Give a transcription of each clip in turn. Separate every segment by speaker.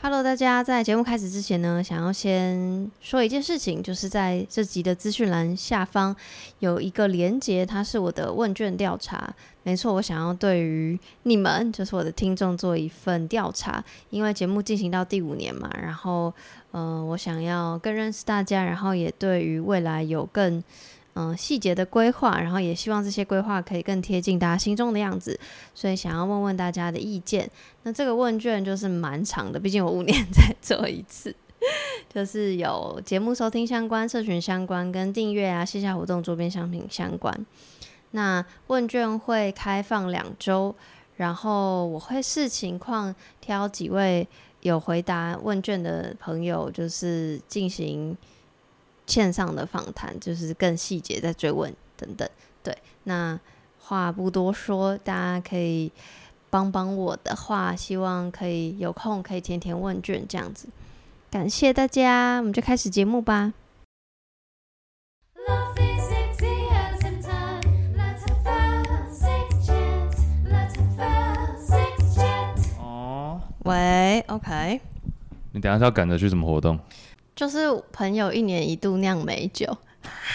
Speaker 1: Hello，大家在节目开始之前呢，想要先说一件事情，就是在这集的资讯栏下方有一个连接，它是我的问卷调查。没错，我想要对于你们，就是我的听众做一份调查，因为节目进行到第五年嘛，然后嗯、呃我想要更认识大家，然后也对于未来有更嗯、呃细节的规划，然后也希望这些规划可以更贴近大家心中的样子，所以想要问问大家的意见。那这个问卷就是蛮长的，毕竟我五年 才做一次，就是有节目收听相关、社群相关、跟订阅啊、线下活动、周边商品相关。那问卷会开放两周，然后我会视情况挑几位有回答问卷的朋友，就是进行线上的访谈，就是更细节再追问等等。对，那话不多说，大家可以帮帮我的话，希望可以有空可以填填问卷这样子。感谢大家，我们就开始节目吧。
Speaker 2: Love is enthusiasm time. Let's have a six chance. Let's have a six chance.
Speaker 3: 哦，
Speaker 1: 喂，OK，
Speaker 3: 你等一下是要赶着去什么活动？
Speaker 1: 就是朋友一年一度酿美酒，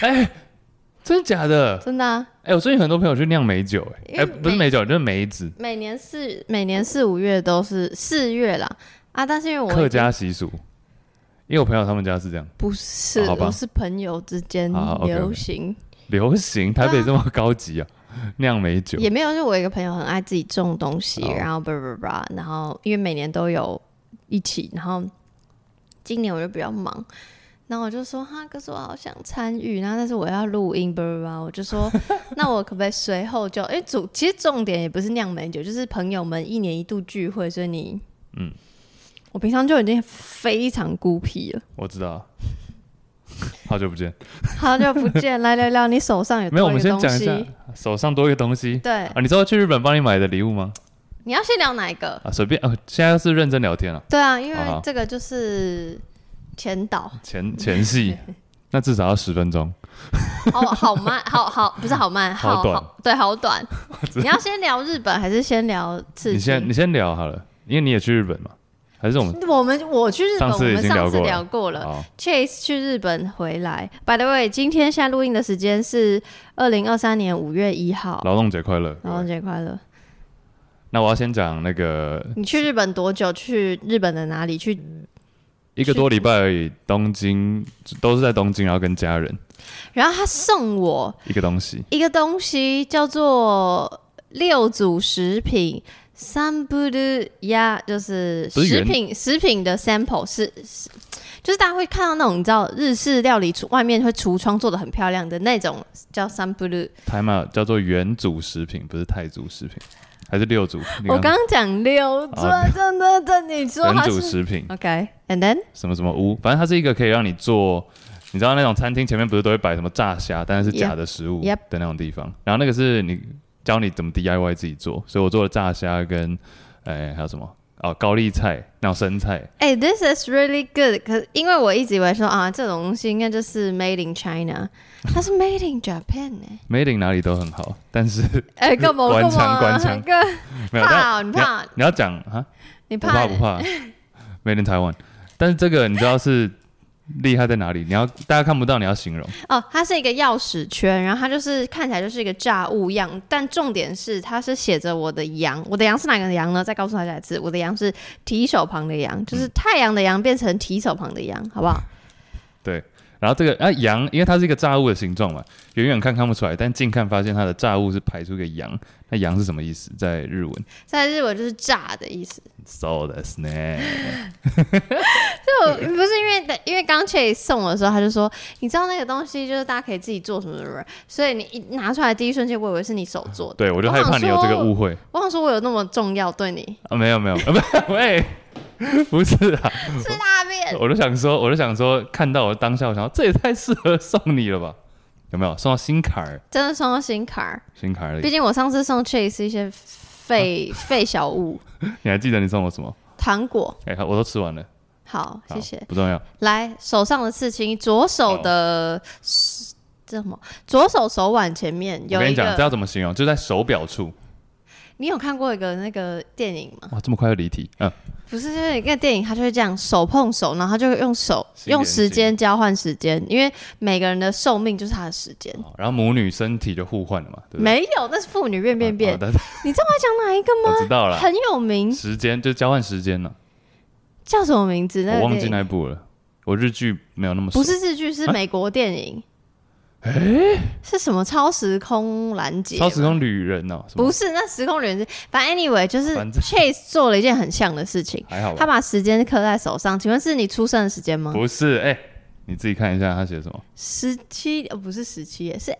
Speaker 3: 哎、真的假的？
Speaker 1: 真的啊、
Speaker 3: 哎、我最近很多朋友去酿美酒、
Speaker 1: 因为
Speaker 3: 哎，哎，不是
Speaker 1: 美
Speaker 3: 美酒，就是梅子，
Speaker 1: 每年四每年四五月都是四月啦啊，但是因为我已经
Speaker 3: 客家习俗。因为我朋友他们家是这样
Speaker 1: 不是，
Speaker 3: 哦好吧
Speaker 1: 我是朋友之间
Speaker 3: 好，OK，OK
Speaker 1: 流行，
Speaker 3: 流行，台北这么高级啊， 酿美酒
Speaker 1: 也没有，就是我有一个朋友很爱自己种东西，
Speaker 3: 哦
Speaker 1: 然后叭叭叭，然后因为每年都有一起，然后今年我就比较忙。然后我就说哈，可是我好想参与，然后但是我要录音，叭叭叭，我就说那我可不可以随后就？因为主其实重点也不是酿美酒，就是朋友们一年一度聚会，所以你嗯
Speaker 3: 嗯，
Speaker 1: 我平常就已经非常孤僻了，
Speaker 3: 我知道。 好久 不见，
Speaker 1: 好久不见，来聊聊你手上有
Speaker 3: 没有，我
Speaker 1: 多
Speaker 3: 们
Speaker 1: 一个东
Speaker 3: 先讲一
Speaker 1: 西
Speaker 3: 下。手上多一个东西
Speaker 1: 对，
Speaker 3: 啊。你知道去日本帮你买的礼物吗？
Speaker 1: 你要先聊哪一个？
Speaker 3: 啊，随便啊，现在是认真聊天了、
Speaker 1: 对啊，因为
Speaker 3: 好好
Speaker 1: 这个就是前导，
Speaker 3: 前前戏，那至少要十分钟。
Speaker 1: 好好慢，好好不是好慢，好
Speaker 3: 好短
Speaker 1: 对，好 短。你要先聊日本还是先聊刺
Speaker 3: 你
Speaker 1: 激？
Speaker 3: 先你先聊好了，因为你也去日本嘛，还是我们
Speaker 1: 我们我去日本，
Speaker 3: 上次
Speaker 1: 我
Speaker 3: 已
Speaker 1: 们
Speaker 3: 经
Speaker 1: 上
Speaker 3: 聊
Speaker 1: 次
Speaker 3: 过了
Speaker 1: 聊过了。
Speaker 3: 好
Speaker 1: Chase 去日本回来，By the way，今天现在录音的时间是二零二三年五月一号，
Speaker 3: 劳动节快乐。
Speaker 1: 劳动节快乐！
Speaker 3: 那我要先讲那个
Speaker 1: 你去日本多久？去日本的哪里？去
Speaker 3: 一个多礼拜而已，东京都是在东京，然后跟家人
Speaker 1: 然后他送我
Speaker 3: 一个东西，
Speaker 1: 一个东西，叫做六组食品三不的呀，就是
Speaker 3: 不是
Speaker 1: 食
Speaker 3: 原
Speaker 1: 品食品的 sample 是是就是大家会看到那种你知道日式料理橱外面会橱窗做的很漂亮的那种叫三不的。
Speaker 3: 台马叫做原祖食品，不是泰祖食品，还是六祖？你
Speaker 1: 我刚刚讲六组，
Speaker 3: 啊
Speaker 1: 真的真的，你说
Speaker 3: 原
Speaker 1: 它
Speaker 3: 祖
Speaker 1: 是
Speaker 3: 食品
Speaker 1: OK，and then
Speaker 3: 什么什么屋，反正它是一个可以让你做，你知道那种餐厅前面不是都会摆什么炸虾，但是是
Speaker 1: Yep
Speaker 3: 假的食物
Speaker 1: Yep
Speaker 3: 的那种地方，然后那个是你教你怎么 DIY 自己做，所以我做了炸虾跟哎、还有什么哦高丽菜那种生菜，
Speaker 1: 哎、t h i s is really good。可是因为我一直以为说啊，这种东西应该就是 Made in China，它是 Made in Japan 呢、
Speaker 3: 梅林哪里都很好，但是
Speaker 1: 哎、干嘛
Speaker 3: 关
Speaker 1: 干嘛？
Speaker 3: 枪关枪
Speaker 1: 干
Speaker 3: 没有，但
Speaker 1: 怕哦你怕
Speaker 3: 你要讲啊。
Speaker 1: 你
Speaker 3: 不
Speaker 1: 怕
Speaker 3: 怕不怕，Made in Taiwan。但是这个你知道是厉害在哪里？你要大家看不到，你要形容。
Speaker 1: 哦，它是一个钥匙圈，然后它就是看起来就是一个炸物样，但重点是它是写着我的羊，我的羊是哪个羊呢？再告诉大家一次，我的羊是提手旁的羊，就是太阳的羊变成提手旁的羊，好不好？
Speaker 3: 然后这个啊羊，因为它是一个炸物的形状嘛，远远看看不出来，但近看发现它的炸物是排出一个羊。那羊是什么意思？在日文
Speaker 1: 在日文就是炸的意思。
Speaker 3: ，so t h a s n
Speaker 1: 就不是因为因为刚 Chase 送我的时候，他就说，你知道那个东西就是大家可以自己做什么什么，所以你一拿出来第一瞬间，我以为是你手做的。
Speaker 3: 对我就害怕你有这个误会
Speaker 1: 我想说我有那么重要对你？
Speaker 3: 啊，没有没有， 啊、不喂，不是啊，
Speaker 1: 吃拉面，
Speaker 3: 我就想说，我就想说，看到我当下，我想说这也太适合送你了吧？有没有送到心坎儿？
Speaker 1: 真的送到心坎儿。
Speaker 3: 心坎儿
Speaker 1: 毕
Speaker 3: 里，
Speaker 1: 竟我上次送 Chase 一些废
Speaker 3: 啊
Speaker 1: 废小物，
Speaker 3: 你还记得你送我什么？
Speaker 1: 糖果。
Speaker 3: 哎、好我都吃完了，
Speaker 1: 好，
Speaker 3: 好
Speaker 1: 谢谢。
Speaker 3: 不重要。
Speaker 1: 来，手上的刺青，左手的这什么？左手手腕前面
Speaker 3: 我
Speaker 1: 有
Speaker 3: 跟
Speaker 1: 一
Speaker 3: 你讲，这
Speaker 1: 个，
Speaker 3: 要怎么形容？就在手表处，
Speaker 1: 你有看过一个那个电影吗？
Speaker 3: 哇，这么快就离题，嗯，
Speaker 1: 不是，就是一个电影，它就会这样手碰手，然后它就会用手
Speaker 3: 是一个
Speaker 1: 用
Speaker 3: 人
Speaker 1: 时间
Speaker 3: 性
Speaker 1: 交换时间，因为每个人的寿命就是他的时间。
Speaker 3: 好哦然后母女身体就互换了嘛，对不对？
Speaker 1: 没有，那是妇女变变变
Speaker 3: 啊，。但是
Speaker 1: 你知道我在讲哪一个
Speaker 3: 我知道
Speaker 1: 吗？
Speaker 3: 了，
Speaker 1: 很有名，
Speaker 3: 时间就交换时间了，
Speaker 1: 叫什么名字？那
Speaker 3: 我
Speaker 1: 个
Speaker 3: 忘
Speaker 1: 电
Speaker 3: 记
Speaker 1: 影
Speaker 3: 那一部了，我日剧没有那么熟
Speaker 1: 不是日剧，是
Speaker 3: 啊
Speaker 1: 美国电影。是什么超时空拦截？
Speaker 3: 超时空旅人哦，什么
Speaker 1: 不是，那时空旅人是，反正 anyway 就是
Speaker 3: 反正
Speaker 1: Chase 做了一件很像的事情，
Speaker 3: 还好吧
Speaker 1: 他？把时间刻在手上。请问是你出生的时间吗？
Speaker 3: 不是，哎、你自己看一下他写什么。
Speaker 1: 十七呃不是十七耶，是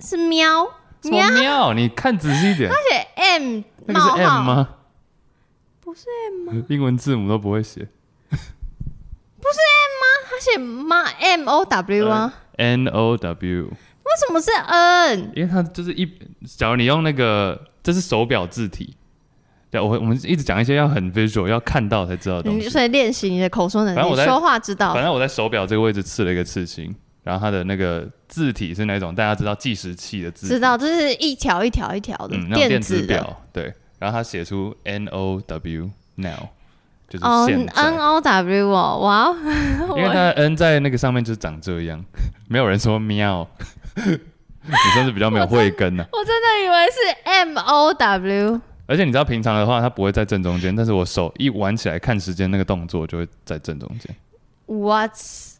Speaker 1: 是喵，
Speaker 3: 什么喵？你看仔细一点，
Speaker 1: 而且 M
Speaker 3: 那
Speaker 1: 冒
Speaker 3: 个是 M
Speaker 1: 号
Speaker 3: 吗？
Speaker 1: 不是
Speaker 3: M 吗？英文字母都不会写
Speaker 1: 他写妈 M O W
Speaker 3: 呃
Speaker 1: 啊，
Speaker 3: ，N O W，
Speaker 1: 为什么是 N？
Speaker 3: 因为它就是一，假如你用那个，这是手表字体。对，我会我们一直讲一些要很 visual，要看到才知道的东
Speaker 1: 你
Speaker 3: 西。
Speaker 1: 所以练习你的口说能
Speaker 3: 反正
Speaker 1: 力，
Speaker 3: 我在
Speaker 1: 说话之道
Speaker 3: 反。正我在手表这个位置刺了一个刺青，然后它的那个字体是那种大家知道计时器的字体，
Speaker 1: 知道，就是一条一条一条的、
Speaker 3: 嗯，那种电
Speaker 1: 子
Speaker 3: 子
Speaker 1: 的
Speaker 3: 表，对。然后他写出 N O W now，就是
Speaker 1: 哦
Speaker 3: 现在
Speaker 1: ，N O W 哦，哇哦，
Speaker 3: 因为它的 N 在那个上面就是长这样， 没有人说喵， 你算是比较没有慧根啊呢、
Speaker 1: 我真的以为是 M O W，
Speaker 3: 而且你知道平常的话，它不会在正中间，但是我手一玩起来看时间那个动作就会在正中间。
Speaker 1: What's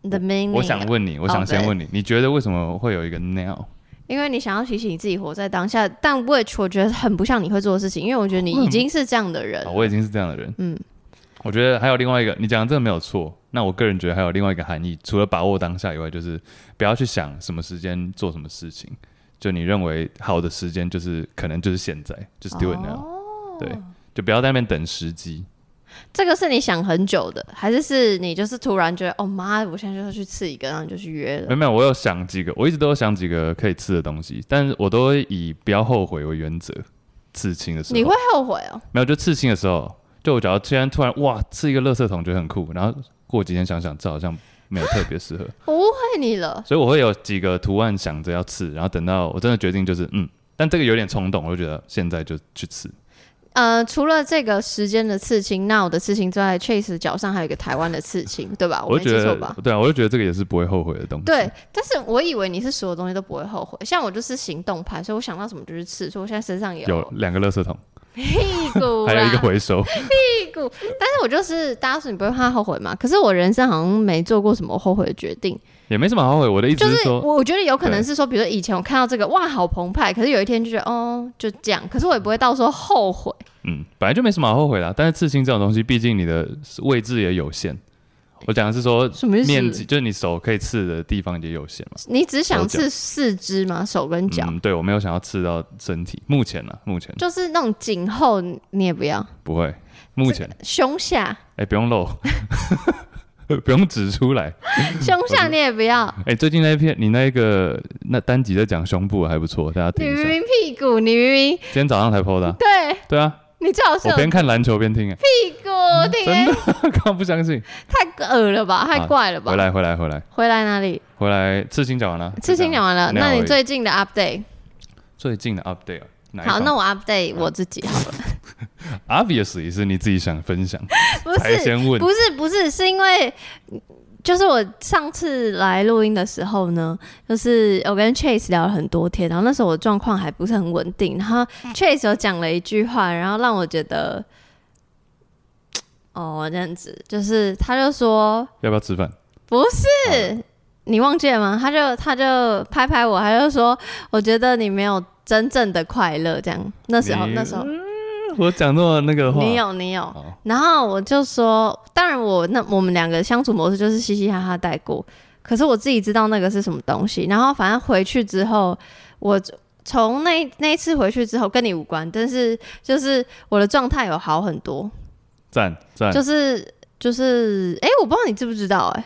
Speaker 1: the meaning？
Speaker 3: 我想，问你，我想先问你，你觉得为什么会有一个 now？
Speaker 1: 因为你想要提醒你自己活在当下，但 which 我觉得很不像你会做的事情，因为我觉得你已经是这样的人
Speaker 3: 好，。哦我已经是这样的人。
Speaker 1: 呃嗯，
Speaker 3: 我觉得还有另外一个，你讲的这个没有错。那我个人觉得还有另外一个含义，除了把握当下以外，就是不要去想什么时间做什么事情。就你认为好的时间，就是可能就是现在，just do it now，、对，
Speaker 1: 哦
Speaker 3: 就不要在那边等时机。
Speaker 1: 这个是你想很久的，还是是你就是突然觉得，哦妈，我现在就要去吃一个，然后你就去约
Speaker 3: 没
Speaker 1: 了？
Speaker 3: 有没有，我有想几个，我一直都有想几个可以吃的东西，但是我都会以不要后悔为原则。刺青的时候，
Speaker 1: 你会后悔哦。
Speaker 3: 没有，就刺青的时候，就我假如突然突然哇，刺一个垃圾桶觉得很酷，然后过几天想想，这好像没有特别适合。
Speaker 1: 我误会你了，
Speaker 3: 所以我会有几个图案想着要刺，然后等到我真的决定就是嗯，但这个有点冲动，我就觉得现在就去刺。
Speaker 1: 呃，除了这个时间的刺青，那我的刺青之外，Chase 脚上还有一个台湾的刺青，对哦吧？我
Speaker 3: 我
Speaker 1: 没
Speaker 3: 就
Speaker 1: 记
Speaker 3: 觉
Speaker 1: 错
Speaker 3: 得
Speaker 1: 吧？
Speaker 3: 对啊，我就觉得这个也是不会后悔的东西。
Speaker 1: 对，但是我以为你是所有东西都不会后悔，像我就是行动派，所以我想到什么就是刺，所以我现在身上有
Speaker 3: 有两个垃圾桶，
Speaker 1: 屁股
Speaker 3: 还有一个
Speaker 1: 啦，
Speaker 3: 回收，
Speaker 1: 屁股。但是我就是大家说你不会怕后悔嘛？可是我人生好像没做过什么后悔的决定，
Speaker 3: 也没什么好后悔。我的意
Speaker 1: 就
Speaker 3: 思是
Speaker 1: 是
Speaker 3: 说，
Speaker 1: 我我觉得有可能
Speaker 3: 对
Speaker 1: 是说，比如说以前我看到这个哇好澎湃，可是有一天就觉得哦就这样，可是我也不会到说后悔。
Speaker 3: 嗯，本来就没什么好后悔啦。但是刺青这种东西，毕竟你的位置也有限。我讲的是说
Speaker 1: 什么意思
Speaker 3: 面积，就是你手可以刺的地方也有限嘛。
Speaker 1: 你只想
Speaker 3: 手脚
Speaker 1: 刺四肢吗？手跟脚？
Speaker 3: 嗯，对我没有想要刺到身体，目前呢，目前
Speaker 1: 就是那种颈后你也不要，
Speaker 3: 不会，目前
Speaker 1: 胸 下
Speaker 3: 哎、不用露，不用指出来。
Speaker 1: 胸下你也不要，
Speaker 3: 哎、最近那一篇你那一个那单集在讲胸部还不错，大家
Speaker 1: 你
Speaker 3: 听一
Speaker 1: 明
Speaker 3: 下。
Speaker 1: 明屁股，你明明
Speaker 3: 今天早上才 PO 的啊、
Speaker 1: 对
Speaker 3: 对啊，
Speaker 1: 你最好是
Speaker 3: 我
Speaker 1: 有
Speaker 3: 边看篮球边听、哎，
Speaker 1: 屁股，对，
Speaker 3: 真的， 刚不相信。
Speaker 1: 太恶了吧，太怪了吧？
Speaker 3: 回来，回来，回来，
Speaker 1: 回来哪里？
Speaker 3: 回来，刺青讲完了，啊
Speaker 1: 刺青讲完了，
Speaker 3: 没有
Speaker 1: 那你
Speaker 3: 而已
Speaker 1: 最近的 update？
Speaker 3: 最近的 update 啊哪一嗯
Speaker 1: 好，
Speaker 3: 方
Speaker 1: 那我 update 我自 己好了，
Speaker 3: obviously 是你自己想分享，
Speaker 1: 不
Speaker 3: 才
Speaker 1: 是，
Speaker 3: 先问。
Speaker 1: 不是，不是，是因为。就是我上次来录音的时候呢，就是我跟 Chase 聊了很多天，然后那时候我状况还不是很稳定，然后 Chase 有讲了一句话，然后让我觉得，哦，这样子，就是他就说，
Speaker 3: 要不要吃饭？
Speaker 1: 不是，你忘记了吗？他就他就拍拍我，他就说：“我觉得你没有真正的快乐。”这样，那时候
Speaker 3: 你
Speaker 1: 那时候
Speaker 3: 我讲到那个话，
Speaker 1: 你有你有。
Speaker 3: 好，
Speaker 1: 然后我就说，当然我那我们两个相处模式就是嘻嘻哈哈带过，可是我自己知道那个是什么东西。然后反正回去之后，我从那那一次回去之后跟你无关，但是就是我的状态有好很多，
Speaker 3: 赞赞
Speaker 1: 就。是就是，哎、我不知道你知不知道、哎，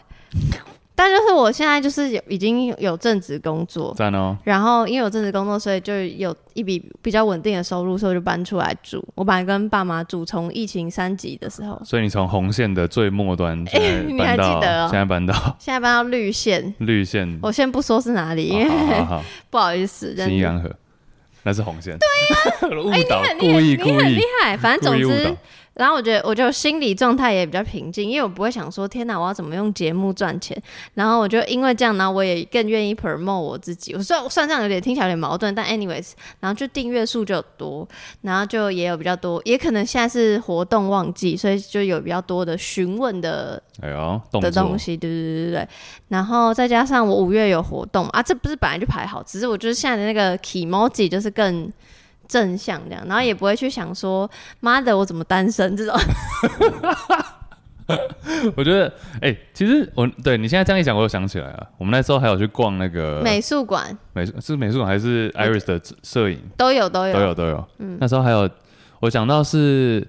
Speaker 1: 但就是我现在就是有已经有正职工作，
Speaker 3: 赞哦，
Speaker 1: 然后因为有正职工作，所以就有一笔比较稳定的收入，所以我就搬出来住。我本来跟爸妈住，从疫情三级的时候，
Speaker 3: 所以你从红线的最末端，现在
Speaker 1: 你还
Speaker 3: 搬到
Speaker 1: 记得哦
Speaker 3: 现在搬到
Speaker 1: 现在搬到绿线，
Speaker 3: 绿线，啊
Speaker 1: 我先不说是哪里，因为
Speaker 3: 哦好好好，
Speaker 1: 不好意思，
Speaker 3: 新
Speaker 1: 真
Speaker 3: 义
Speaker 1: 的
Speaker 3: 安河，那是红线。对呀、 误导，
Speaker 1: 很
Speaker 3: 故
Speaker 1: 厉害，啊哎你
Speaker 3: 意故
Speaker 1: 很厉
Speaker 3: 意，
Speaker 1: 害。反正
Speaker 3: 故
Speaker 1: 总
Speaker 3: 意误
Speaker 1: 之
Speaker 3: 导，。
Speaker 1: 然后我觉得我就心理状态也比较平静，因为我不会想说天哪，我要怎么用节目赚钱。然后我就因为这样，然后我也更愿意 promote 我自己。我虽然算这样有点听起来有点矛盾，但 anyways，然后就订阅数就有多，然后就也有比较多，也可能现在是活动旺季，所以就有比较多的询问的
Speaker 3: 哎呦，动
Speaker 1: 的
Speaker 3: 作
Speaker 1: 东西，对对对对对。然后再加上我五月有活动嘛啊，这不是本来就排好，只是我就是现在的那个 emoji 就是更正向这样，然后也不会去想说妈的我怎么单身这种。
Speaker 3: 我觉得，哎、其实我对你现在这样一讲，我又想起来了。我们那时候还有去逛那个
Speaker 1: 美术馆
Speaker 3: 美术是美术馆还是 Iris 的摄影，
Speaker 1: 都有都有，
Speaker 3: 都有都有。
Speaker 1: 嗯
Speaker 3: 那时候还有我讲到是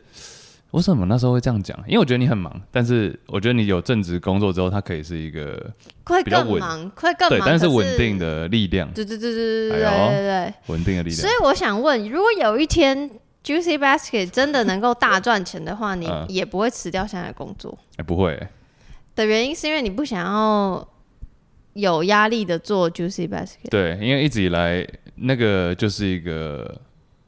Speaker 3: 为什么那时候会这样讲？因为我觉得你很忙，但是我觉得你有正职工作之后，它可以是一个
Speaker 1: 会
Speaker 3: 比较
Speaker 1: 更
Speaker 3: 稳
Speaker 1: 忙，会更忙，
Speaker 3: 对，但是
Speaker 1: 可
Speaker 3: 稳定。的力量，
Speaker 1: 对对对对对对对
Speaker 3: 哎呦
Speaker 1: 对对
Speaker 3: 稳定的力
Speaker 1: 对。
Speaker 3: 量
Speaker 1: 所以。我想问，如果有一天 Juicy Basket 真的能够大赚钱的话，你
Speaker 3: 嗯
Speaker 1: 也不会辞掉现在的工作
Speaker 3: 哎、不会、
Speaker 1: 的原因，是因为你不想要有压力的做 Juicy Basket。
Speaker 3: 对，因为一直以来那个就是一个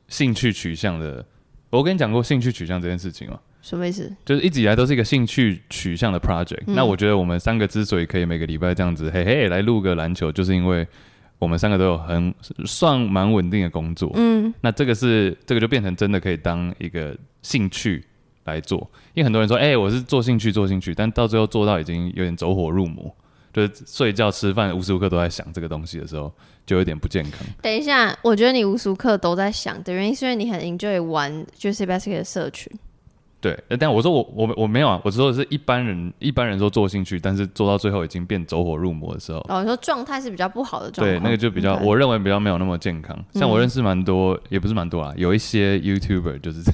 Speaker 3: 兴趣取向的。我跟你讲过兴趣取向这件事情吗？哦
Speaker 1: 什么意思？
Speaker 3: 就是一直以来都是一个兴趣取向的 project、那我觉得我们三个之所以可以每个礼拜这样子，嘿嘿，来录个篮球，就是因为我们三个都有很算蛮稳定的工作。
Speaker 1: 嗯，
Speaker 3: 那这个是这个就变成真的可以当一个兴趣来做，因为很多人说，哎、我是做兴趣做兴趣，但到最后做到已经有点走火入魔，就是睡觉吃饭无时无刻都在想这个东西的时候，就有点不健康。
Speaker 1: 等一下，我觉得你无时无刻都在想的原因，是因为你很 enjoy 玩 Juicy Basket 的社群。
Speaker 3: 对，呃但我说我我我没有啊，我说的是一般人一般人说做兴趣，但是做到最后已经变走火入魔的时候，
Speaker 1: 哦，你说状态是比较不好的状
Speaker 3: 对
Speaker 1: 况，，
Speaker 3: 那个就比较
Speaker 1: OK 嗯
Speaker 3: 我认为比较没有那么健康。像我认识蛮多，也不是蛮多啊，有一些 YouTuber 就是这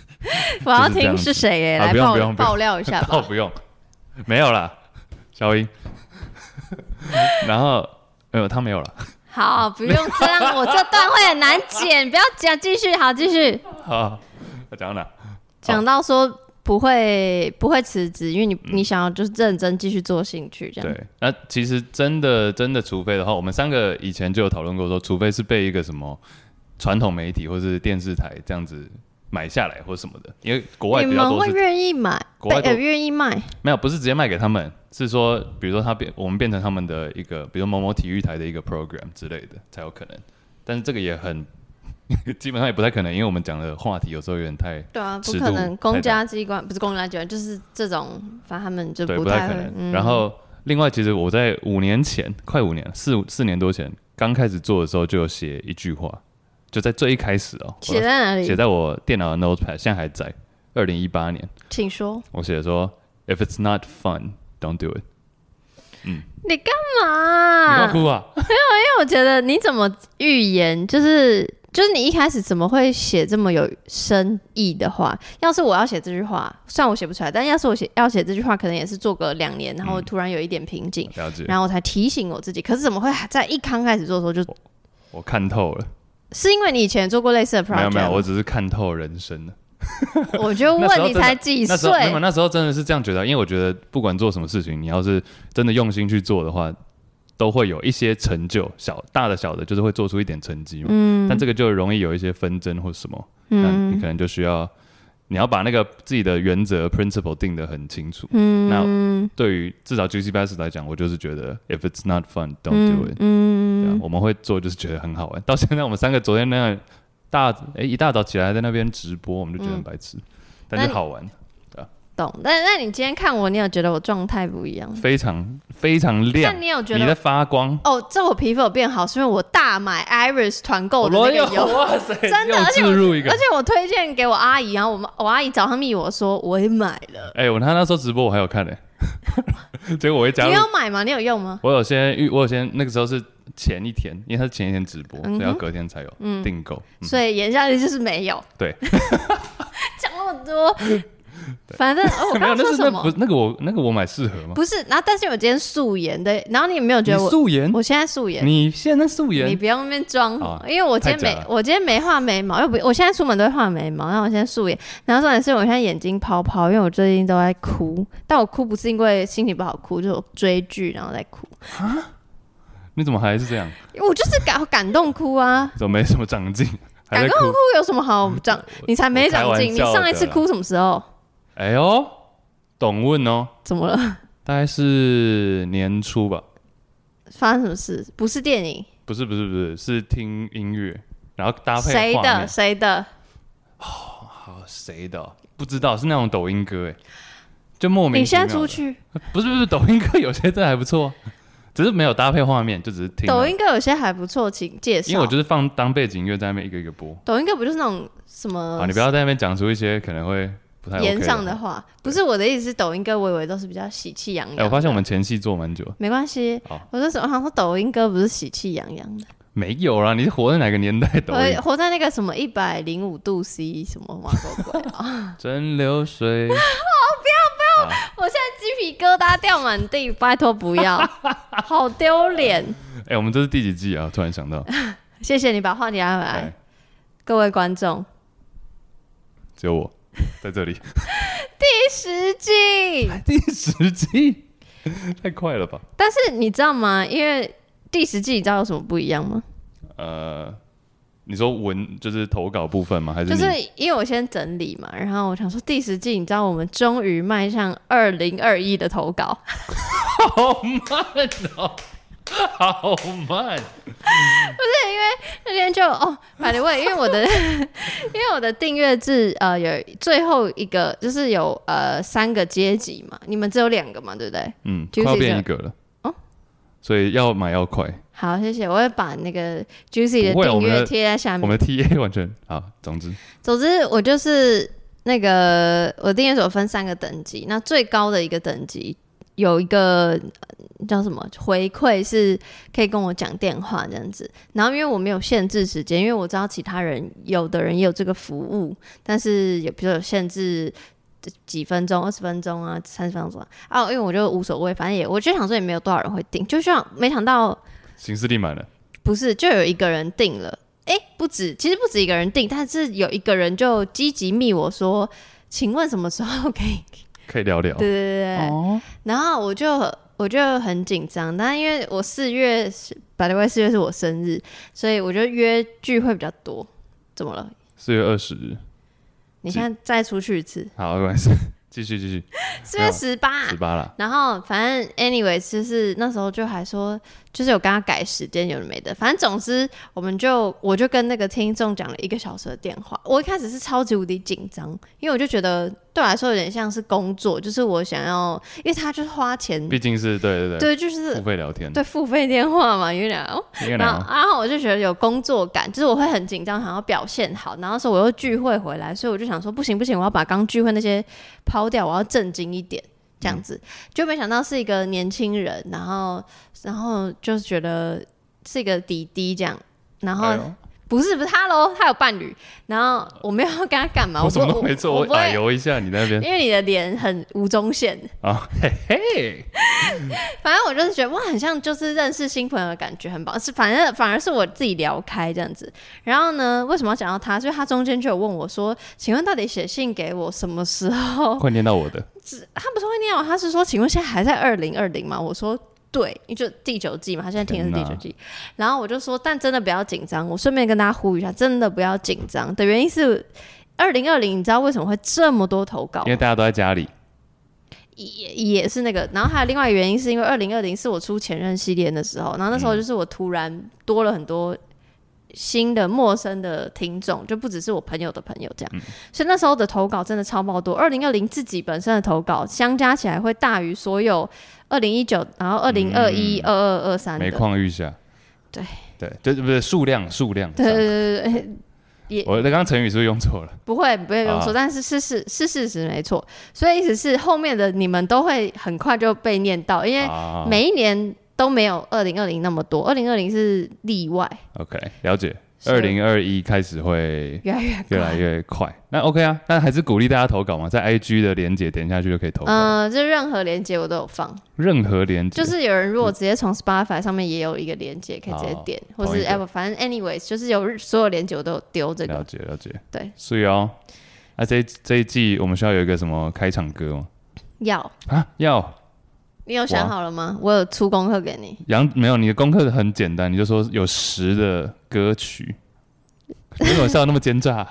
Speaker 1: 我要
Speaker 3: 就是这样
Speaker 1: 听
Speaker 3: 子
Speaker 1: 是谁耶？
Speaker 3: 啊
Speaker 1: 来
Speaker 3: 不用
Speaker 1: 爆
Speaker 3: 不用不用
Speaker 1: 爆料一下吧
Speaker 3: 哦，。不用， 没有啦，小英。 然后没有，他没有了。
Speaker 1: 好，不用这样，我这段会很难剪，不要讲，继续，好，继续。哦
Speaker 3: 好，我讲到哪？
Speaker 1: 讲到说不会不会辞职，因为你、你想要就是认真继续做兴趣这样。
Speaker 3: 对，那其实真的真的，除非的话，我们三个以前就有讨论过说，除非是被一个什么传统媒体或是电视台这样子买下来或什么的，因为国外
Speaker 1: 你
Speaker 3: 比较
Speaker 1: 们
Speaker 3: 多
Speaker 1: 会
Speaker 3: 是
Speaker 1: 愿意买，
Speaker 3: 国外
Speaker 1: 被呃
Speaker 3: 都
Speaker 1: 愿意卖，
Speaker 3: 没有，不是直接卖给他们，是说比如说他变我们变成他们的一个，比如某某体育台的一个 program 之类的才有可能，但是这个也很 基本上也不太可能，因为我们讲的话题有时候有点太
Speaker 1: 对啊，不
Speaker 3: 尺
Speaker 1: 可
Speaker 3: 度
Speaker 1: 能。
Speaker 3: 太
Speaker 1: 公
Speaker 3: 大
Speaker 1: 家机关不是公家机关，就是这种，反正他们就
Speaker 3: 对，
Speaker 1: 不
Speaker 3: 不太
Speaker 1: 会
Speaker 3: 可。能。
Speaker 1: 嗯
Speaker 3: 然后，另外，其实我在五年前，快五年了，四四年多前，刚开始做的时候，就有写一句话，就在最一开始哦，
Speaker 1: 写在哪
Speaker 3: 我写
Speaker 1: 里？
Speaker 3: 在我电脑的 Notepad，现在还在。二零一八年，
Speaker 1: 请说。
Speaker 3: 我写说，If it's not fun, don't do it。
Speaker 1: 你干嘛？
Speaker 3: 你干嘛哭啊？
Speaker 1: 因为我觉得你怎么预言，就是就是你一开始怎么会写这么有深意的话？要是我要写这句话，虽然我写不出来，但要是我写要写这句话，可能也是做个两年，然
Speaker 3: 嗯
Speaker 1: 后突然有一点瓶颈，
Speaker 3: 了解，
Speaker 1: 然后我才提醒我自己。可是怎么会在一刚开始做的时候就？
Speaker 3: 我看透了。
Speaker 1: 是因为你以前做过类似的 project，
Speaker 3: 没有没有，
Speaker 1: 吗
Speaker 3: 我只是看透人生了。
Speaker 1: 我就
Speaker 3: 那
Speaker 1: 问
Speaker 3: 时候
Speaker 1: 你
Speaker 3: 真的
Speaker 1: 才几
Speaker 3: 那时候没有，
Speaker 1: 岁，
Speaker 3: 那时候真的是这样觉得，啊因为我觉得不管做什么事情，你要是真的用心去做的话，都会有一些成就，小大的小的，就是会做出一点成绩嘛。嗯，但这个就容易有一些纷争或什么，嗯，你可能就需要。你要把那个自己的原则 principle 定得很清楚。嗯，那对于至少 GC Bass 来讲，我就是觉得
Speaker 1: 嗯
Speaker 3: if it's not fun, don't do it。嗯，对啊，我们会做就是觉得很好玩。到现在我们三个昨天那样大诶一大早起来在那边直播，我们就觉得很白痴，但
Speaker 1: 嗯那
Speaker 3: 是
Speaker 1: 你
Speaker 3: 好玩。
Speaker 1: 懂？但那你今天看我，你有觉得我状态不一样？
Speaker 3: 非常非常
Speaker 1: 那
Speaker 3: 亮，
Speaker 1: 你有觉
Speaker 3: 在
Speaker 1: 得
Speaker 3: 发光。
Speaker 1: 哦，这我皮肤有变好，是因为我大买 Iris 团购哦的那
Speaker 3: 我
Speaker 1: 个
Speaker 3: 有
Speaker 1: 油。
Speaker 3: 哇塞，
Speaker 1: 真的
Speaker 3: 又
Speaker 1: 而且
Speaker 3: 置入一个
Speaker 1: 而。且我推荐给我阿姨，然后我们我阿姨早上密我说我也买了，
Speaker 3: 哎、我他那时候直播我还有看呢、 结果我一加
Speaker 1: 你
Speaker 3: 入，
Speaker 1: 有买吗？你有用吗？
Speaker 3: 我有先预，我有先那个时候是前一天，因为他是前一天直播，
Speaker 1: 嗯
Speaker 3: 所以要隔天才有订购。嗯
Speaker 1: 所以言下之意就是没有。
Speaker 3: 对，
Speaker 1: 讲那么多，反正、 哦、我
Speaker 3: 没有，
Speaker 1: 刚刚
Speaker 3: 那
Speaker 1: 说
Speaker 3: 是
Speaker 1: 什
Speaker 3: 那
Speaker 1: 么？
Speaker 3: 不那个我那个我买适合吗？
Speaker 1: 不是，然后但是我今天素颜的，然后你有没有觉
Speaker 3: 你
Speaker 1: 得我
Speaker 3: 素颜，
Speaker 1: 我现在素颜？
Speaker 3: 你现在素
Speaker 1: 你
Speaker 3: 颜，
Speaker 1: 不用那边装
Speaker 3: 啊，
Speaker 1: 因为我今天
Speaker 3: 太假
Speaker 1: 没
Speaker 3: 了
Speaker 1: 我今天没画眉毛，又不我现在出门都会画眉毛，然后我现在素颜，然后重点是我现在眼睛泡泡，因为我最近都在哭，但我哭不是因为心情不好哭，就是我追剧然后在哭，
Speaker 3: 你怎么还是这样？
Speaker 1: 我就是感感动哭啊，
Speaker 3: 怎么没什么长进？还在
Speaker 1: 敢跟我
Speaker 3: 哭
Speaker 1: 哭。有什么好长？你才没长进，你
Speaker 3: 嗯我开玩笑的啦
Speaker 1: 上一次哭什么时候？
Speaker 3: 哎呦，懂问哦，
Speaker 1: 怎么了？
Speaker 3: 大概是年初吧，
Speaker 1: 发生什么事？不是电影，
Speaker 3: 不是不是不是，是听音乐，然后搭配
Speaker 1: 谁
Speaker 3: 画
Speaker 1: 的
Speaker 3: 面
Speaker 1: 谁的？
Speaker 3: 好谁的哦不知道，是那种抖音歌哎，就莫名
Speaker 1: 你
Speaker 3: 其
Speaker 1: 现
Speaker 3: 妙
Speaker 1: 在
Speaker 3: 的
Speaker 1: 出去，
Speaker 3: 不是不是抖音歌有些真的还不错，只是没有搭配画面，就只是听啊
Speaker 1: 抖音歌有些还不错，请介绍。
Speaker 3: 因为我就是放当背景音乐在那边一个一个播。
Speaker 1: 抖音歌不就是那种什么
Speaker 3: 啊，你不要在那边讲出一些可能会不太 OK
Speaker 1: 言上的。话？不是我的意思是抖音歌，我以为都是比较喜气洋洋
Speaker 3: 哎，
Speaker 1: 的。
Speaker 3: 我发现我们前戏做蛮久，
Speaker 1: 没关系
Speaker 3: 好，
Speaker 1: 我就想想说抖音歌不是喜气洋洋的，
Speaker 3: 没有啊啦，你是活在哪个年代？抖音
Speaker 1: 活活在那个什么一百零五度 C 什么嘛鬼鬼啊！
Speaker 3: 真流水，
Speaker 1: 我现在鸡皮疙瘩掉满地，拜托不 要，好丢脸！
Speaker 3: 哎，我们这是第几季啊？突然想到，
Speaker 1: 谢谢你把话题拉回来
Speaker 3: 哎，，
Speaker 1: 各位观众。
Speaker 3: 只有我在 这里，
Speaker 1: 第十季，
Speaker 3: 第十季 太快了吧？
Speaker 1: 但是你知道吗？因为第十季你知道有什么不一样吗？
Speaker 3: 呃，你说文就是投稿部分吗？还是
Speaker 1: 就
Speaker 3: 你
Speaker 1: 是因为我先整理嘛，然后我想说第十季，你知道我们终于迈向二零二一的投稿，
Speaker 3: 好慢哦， 好慢。
Speaker 1: 那天就哦，百灵味，因为我的 因为我的订阅制呃有最后一个就是有呃三个阶级嘛，你们只有两个嘛，对不对？
Speaker 3: 嗯，
Speaker 1: Juicy
Speaker 3: 快要变
Speaker 1: 的
Speaker 3: 一个
Speaker 1: 哦
Speaker 3: 了。
Speaker 1: 嗯
Speaker 3: 所以要买要快。
Speaker 1: 好，谢谢，我会把那个 Juicy 的
Speaker 3: 不会我
Speaker 1: 订
Speaker 3: 们的
Speaker 1: 阅贴在下
Speaker 3: 我
Speaker 1: 面。
Speaker 3: 们的 TA 完全好，总之
Speaker 1: 总之，我就是那个我订阅所分三个等级，那最高的一个等级有一个呃叫什么回馈是可以跟我讲电话这样子，然后因为我没有限制时间，因为我知道其他人有的人也有这个服务，但是也比如说有限制。几分钟、二十分钟啊，三十分钟啊，啊，因为我就无所谓，反正也，我就想说也没有多少人会订，就像没想到
Speaker 3: 行事历满了，
Speaker 1: 不是，就有一个人定了。诶，不止，其实不止一个人定，但是有一个人就积极密我说，请问什么时候可以？
Speaker 3: 可以聊聊。
Speaker 1: 对对对对。然后我就我就很紧张，但因为我四月是，百对，四月是我生日，所以我就约聚会比较多。怎么了？
Speaker 3: 四月二十日，
Speaker 1: 你现在再出去一次，
Speaker 3: 好，没关系，继续继续，
Speaker 1: 四月十八
Speaker 3: 十。八啦。
Speaker 1: 然后反正 anyway，就是那时候就还说，就是有跟他改时间，有的没的。反正总之，我们就我就跟那个听众讲了一个小时的电话。我一开始是超级无敌紧张，因为我就觉得对我来说有点像是工作，就是我想要，因为他就是花钱，
Speaker 3: 毕竟是对对对，
Speaker 1: 对，就是
Speaker 3: 付费聊天，
Speaker 1: 对付费电话嘛，有点。哦
Speaker 3: 应该
Speaker 1: 然
Speaker 3: 聊
Speaker 1: 后，然后我就觉得有工作感，就是我会很紧张，想要表现好。然后说我又聚会回来，所以我就想说，不行不行，我要把刚聚会那些抛掉，我要正经一点，这样
Speaker 3: 嗯
Speaker 1: 子。就没想到是一个年轻人，然后然后就觉得是一个弟弟这样，然后、
Speaker 3: 哎呦
Speaker 1: 不是不是他喽，他有伴侣，然后我没有要跟他干嘛，
Speaker 3: 我
Speaker 1: 不
Speaker 3: 什么都没做，哎
Speaker 1: 我
Speaker 3: 我
Speaker 1: 不会
Speaker 3: 打，油一下你那边
Speaker 1: 因为你的脸很吴宗宪，
Speaker 3: 啊，嘿嘿，
Speaker 1: 反正我就是觉得哇，很像就是认识新朋友的感觉，很棒。是反正反而是我自己聊开这样子。然后呢，为什么要讲到他？就是他中间就有问我说：“请问到底写信给我什么时候
Speaker 3: 快念到我的，？”
Speaker 1: 他不是会念我，他是说：“请问现在还在二零二零吗？”我说。对，因为就第九季嘛，他现在听的是第九季，然后我就说，但真的不要紧张。我顺便跟大家呼吁一下，真的不要紧张的原因是，二零二零，你知道为什么会这么多投稿吗
Speaker 3: 因为大家都在家里，
Speaker 1: 也也是那个，然后还有另外一个原因，是因为二零二零是我出前任系列的时候，然后那时
Speaker 3: 嗯
Speaker 1: 候就是我突然多了很多新的陌生的听众，就不只是我朋友的朋友这
Speaker 3: 嗯
Speaker 1: 样，所以那时候的投稿真的超爆多。二零二零自己本身的投稿相加起来会大于所有二零一九，然后
Speaker 3: 嗯
Speaker 1: 二零二一、二二二三
Speaker 3: 每
Speaker 1: 的，
Speaker 3: 况愈下。
Speaker 1: 对
Speaker 3: 对，就是不是数量数量
Speaker 1: 对
Speaker 3: 上。
Speaker 1: 对对对对，
Speaker 3: 我刚刚成语是不是用错了？
Speaker 1: 不会不会用错，
Speaker 3: 啊
Speaker 1: 但是是事是事实没错，所以意思是后面的你们都会很快就被念到，因为。
Speaker 3: 啊
Speaker 1: 每一年都没有二零二零那么多，二零二零是例外，
Speaker 3: ，OK，了解。
Speaker 1: 是
Speaker 3: 二零二一开始会
Speaker 1: 越来越高
Speaker 3: 越来越快。
Speaker 1: 嗯
Speaker 3: 那 OK 啊，那还是鼓励大家投稿嘛，在 IG 的连接点下去就可以投稿，
Speaker 1: 嗯、就任何连接我都有放，
Speaker 3: 任何连接
Speaker 1: 就是有人如果直接从 Spotify 上面也有一个连接可以直接点，
Speaker 3: 哦
Speaker 1: 或是
Speaker 3: 同一个
Speaker 1: Apple，反正 anyways 就是有所有连接我都有丢这
Speaker 3: 了
Speaker 1: 个，
Speaker 3: 解了解，
Speaker 1: 对，
Speaker 3: 所以哦，那、这一这一季我们需要有一个什么开场歌吗？
Speaker 1: 要
Speaker 3: 啊，要
Speaker 1: 你有想
Speaker 3: 哇
Speaker 1: 好了吗？我有出功课给你，
Speaker 3: 杨没有你的功课很简单，你就说有十的歌曲，你为什么笑得那么奸诈？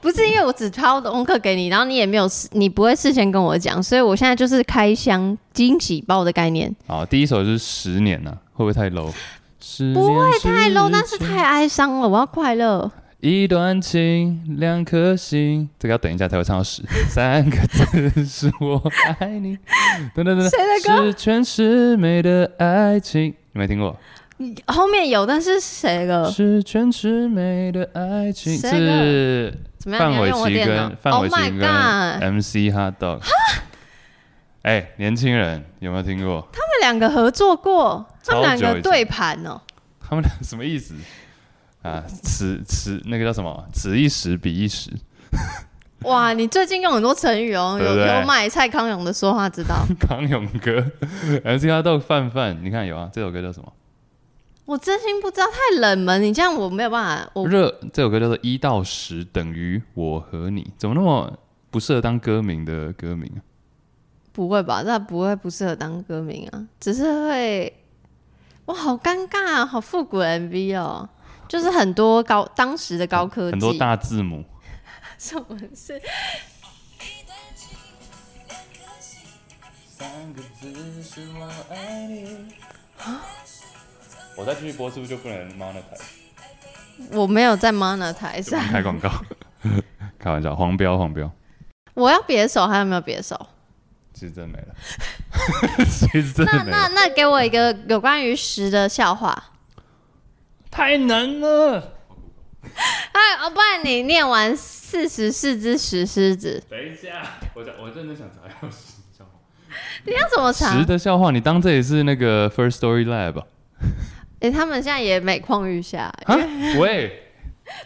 Speaker 1: 不是因为我只抛功课给你，然后你也没有事，你不会事先跟我讲，所以我现在就是开箱惊喜包的概念，
Speaker 3: 好，第一首就是十年呐、会不会太 low？
Speaker 1: 不
Speaker 3: 会
Speaker 1: 太 low，但是太哀伤了，我要快乐。
Speaker 3: 一段情，两颗心，这个要等一下才会唱到十。 三个字是我爱你，等等等等，
Speaker 1: 谁
Speaker 3: 的歌？十全十美的爱情，你没听过？
Speaker 1: 后面有，但是谁了？
Speaker 3: 十全十美的爱情
Speaker 1: 呃谁的
Speaker 3: 是
Speaker 1: 怎么样？你
Speaker 3: 范
Speaker 1: 要
Speaker 3: 玮
Speaker 1: 用我
Speaker 3: 琪
Speaker 1: 电脑
Speaker 3: 跟范
Speaker 1: ？Oh
Speaker 3: 玮琪
Speaker 1: my
Speaker 3: 跟
Speaker 1: god！
Speaker 3: MC Hot Dog。哎，年轻人有没有听过？
Speaker 1: 他们两个合作过，他们
Speaker 3: 超
Speaker 1: 两
Speaker 3: 久以
Speaker 1: 个
Speaker 3: 前
Speaker 1: 对盘哦。
Speaker 3: 他们俩什么意思啊？此此那个叫什么？此一时彼一时，
Speaker 1: 哇，你最近用很多成语哦，
Speaker 3: 对不对
Speaker 1: 有有买蔡康永的说话之 道，
Speaker 3: 康永哥，MC Hot Dog 范范，你看有啊？这首歌叫什么？
Speaker 1: 我真心不知道，太冷门，你这样我没有办法，我
Speaker 3: 热这首歌叫做《一到十等于我和你》，怎么那么不适合当歌名的歌名啊？
Speaker 1: 不会吧？那不会不适合当歌名啊，只是会，哇，好尴尬、啊，好复古的 MV 哦，就是很多高当时的高科技，
Speaker 3: 很多大字母，
Speaker 1: 什么是
Speaker 3: 我再继续播是不是就不能 monetize？
Speaker 1: 我没有在 monetize，上
Speaker 3: 开广告，开玩笑，黄标黄标，
Speaker 1: 我要别手，还有没有别手？
Speaker 3: 其实真的没了， 其实真
Speaker 1: 那
Speaker 3: 的没
Speaker 1: 那
Speaker 3: 了，
Speaker 1: 那给我一个有关于十的笑话，
Speaker 3: 太难了。
Speaker 1: 哎，哦，不然你念完四十四只石狮子，
Speaker 3: 等一下，我讲，我认真想查要十笑话。
Speaker 1: 你要怎么查？
Speaker 3: 十的笑话，你当这里是那个 First Story Lab 啊 吧？
Speaker 1: 哎、他们现在也每况愈下。
Speaker 3: 啊，喂，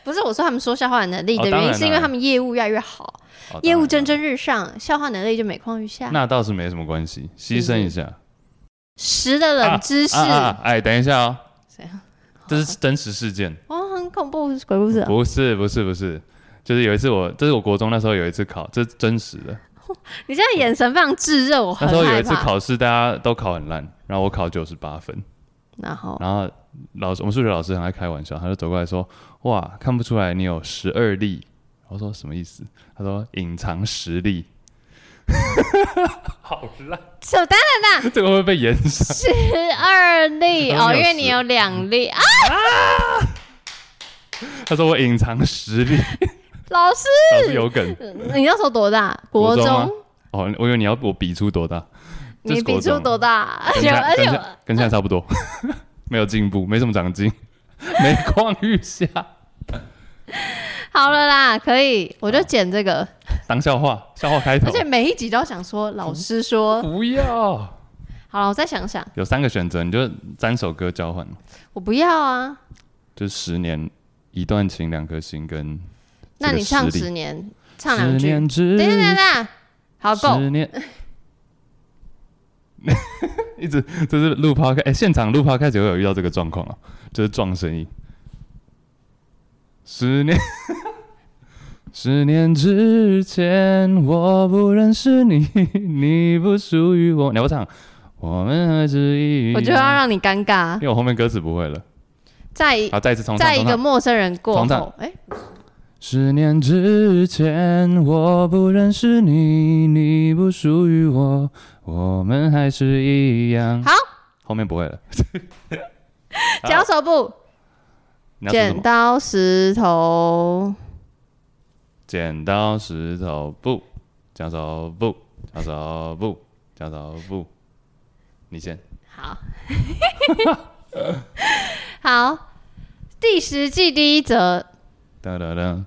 Speaker 1: 不是我说他们说笑话能力的
Speaker 3: 哦当
Speaker 1: 原因，
Speaker 3: 然
Speaker 1: 是因为
Speaker 3: 啦
Speaker 1: 他们业务越来越好，
Speaker 3: 哦
Speaker 1: 业务
Speaker 3: 当
Speaker 1: 蒸
Speaker 3: 然
Speaker 1: 蒸日上，笑话能力就每况愈下。
Speaker 3: 那倒是没什么关系，牺牲一下。
Speaker 1: 十的冷知识，
Speaker 3: 啊啊啊哎，等一下哦，
Speaker 1: 谁啊？
Speaker 3: 这是真实事件，
Speaker 1: 哦，很恐怖，鬼故事哦、
Speaker 3: 不是不是不是，就是有一次我，这是我国中那时候有一次考，这是真实的。
Speaker 1: 哦你现在眼神非常炙热，我
Speaker 3: 那
Speaker 1: 很
Speaker 3: 时候有
Speaker 1: 害
Speaker 3: 一次
Speaker 1: 怕。
Speaker 3: 考试，大家都考很烂，然后我考九十八分，
Speaker 1: 然 后
Speaker 3: 然后老师我们数学老师很爱开玩笑，他就走过来说：“哇，看不出来你有十二力。”我说什么意思？他说隐藏实力。 好烂，
Speaker 1: 手当
Speaker 3: 这个会不会被延上？
Speaker 1: 十二粒
Speaker 3: 他
Speaker 1: 哦，
Speaker 3: 们有
Speaker 1: 因为
Speaker 3: 十
Speaker 1: 你有两粒啊，
Speaker 3: 他说我隐藏实力，
Speaker 1: 老师，
Speaker 3: 老师有梗。
Speaker 1: 你那时候多大？国
Speaker 3: 中
Speaker 1: 中，
Speaker 3: 啊哦，我以为你要我比出多大，这
Speaker 1: 你
Speaker 3: 是
Speaker 1: 比
Speaker 3: 国
Speaker 1: 出
Speaker 3: 中
Speaker 1: 多大？
Speaker 3: 跟
Speaker 1: 有，
Speaker 3: 现
Speaker 1: 而且
Speaker 3: 在跟现在跟现在差不多，没有进步，没什么长进，每况愈下。
Speaker 1: 好了啦，可以，我就剪这个。
Speaker 3: 当笑话，笑话开头
Speaker 1: 而，且每一集都想说，老师说，
Speaker 3: 不要。
Speaker 1: 好了，我再想想，
Speaker 3: 有三个选择，你就三首歌交换嘛，
Speaker 1: 我不要啊。
Speaker 3: 就是十年一段情两颗心跟
Speaker 1: 那你唱
Speaker 3: 这个实
Speaker 1: 十
Speaker 3: 力
Speaker 1: 年，唱两句。
Speaker 3: 年之
Speaker 1: 等一下，等一下，好够。
Speaker 3: 十年。 一直这是录趴开，哎、现场录趴开始会有遇到这个状况啊，就是撞声音。十年，十年之前我不认识你，你不属于我。你要不唱？我们还是一样
Speaker 1: 我就要让你尴尬
Speaker 3: 因，为我后面歌词不会了。
Speaker 1: 在
Speaker 3: 好，再一次重唱。
Speaker 1: 在一
Speaker 3: 重
Speaker 1: 个
Speaker 3: 唱
Speaker 1: 陌生人过
Speaker 3: 重
Speaker 1: 后
Speaker 3: 唱，
Speaker 1: 哎，
Speaker 3: 十年之前，我不认识你，你不属于我，我们还是一样。
Speaker 1: 好，
Speaker 3: 后面不会了。好
Speaker 1: 脚手部，
Speaker 3: 你要说什
Speaker 1: 剪
Speaker 3: 么？
Speaker 1: 刀石头，
Speaker 3: 剪刀石头布，剪刀布，剪刀布，剪刀布。你先。
Speaker 1: 好， 好，第十季第一则，
Speaker 3: 噔噔噔，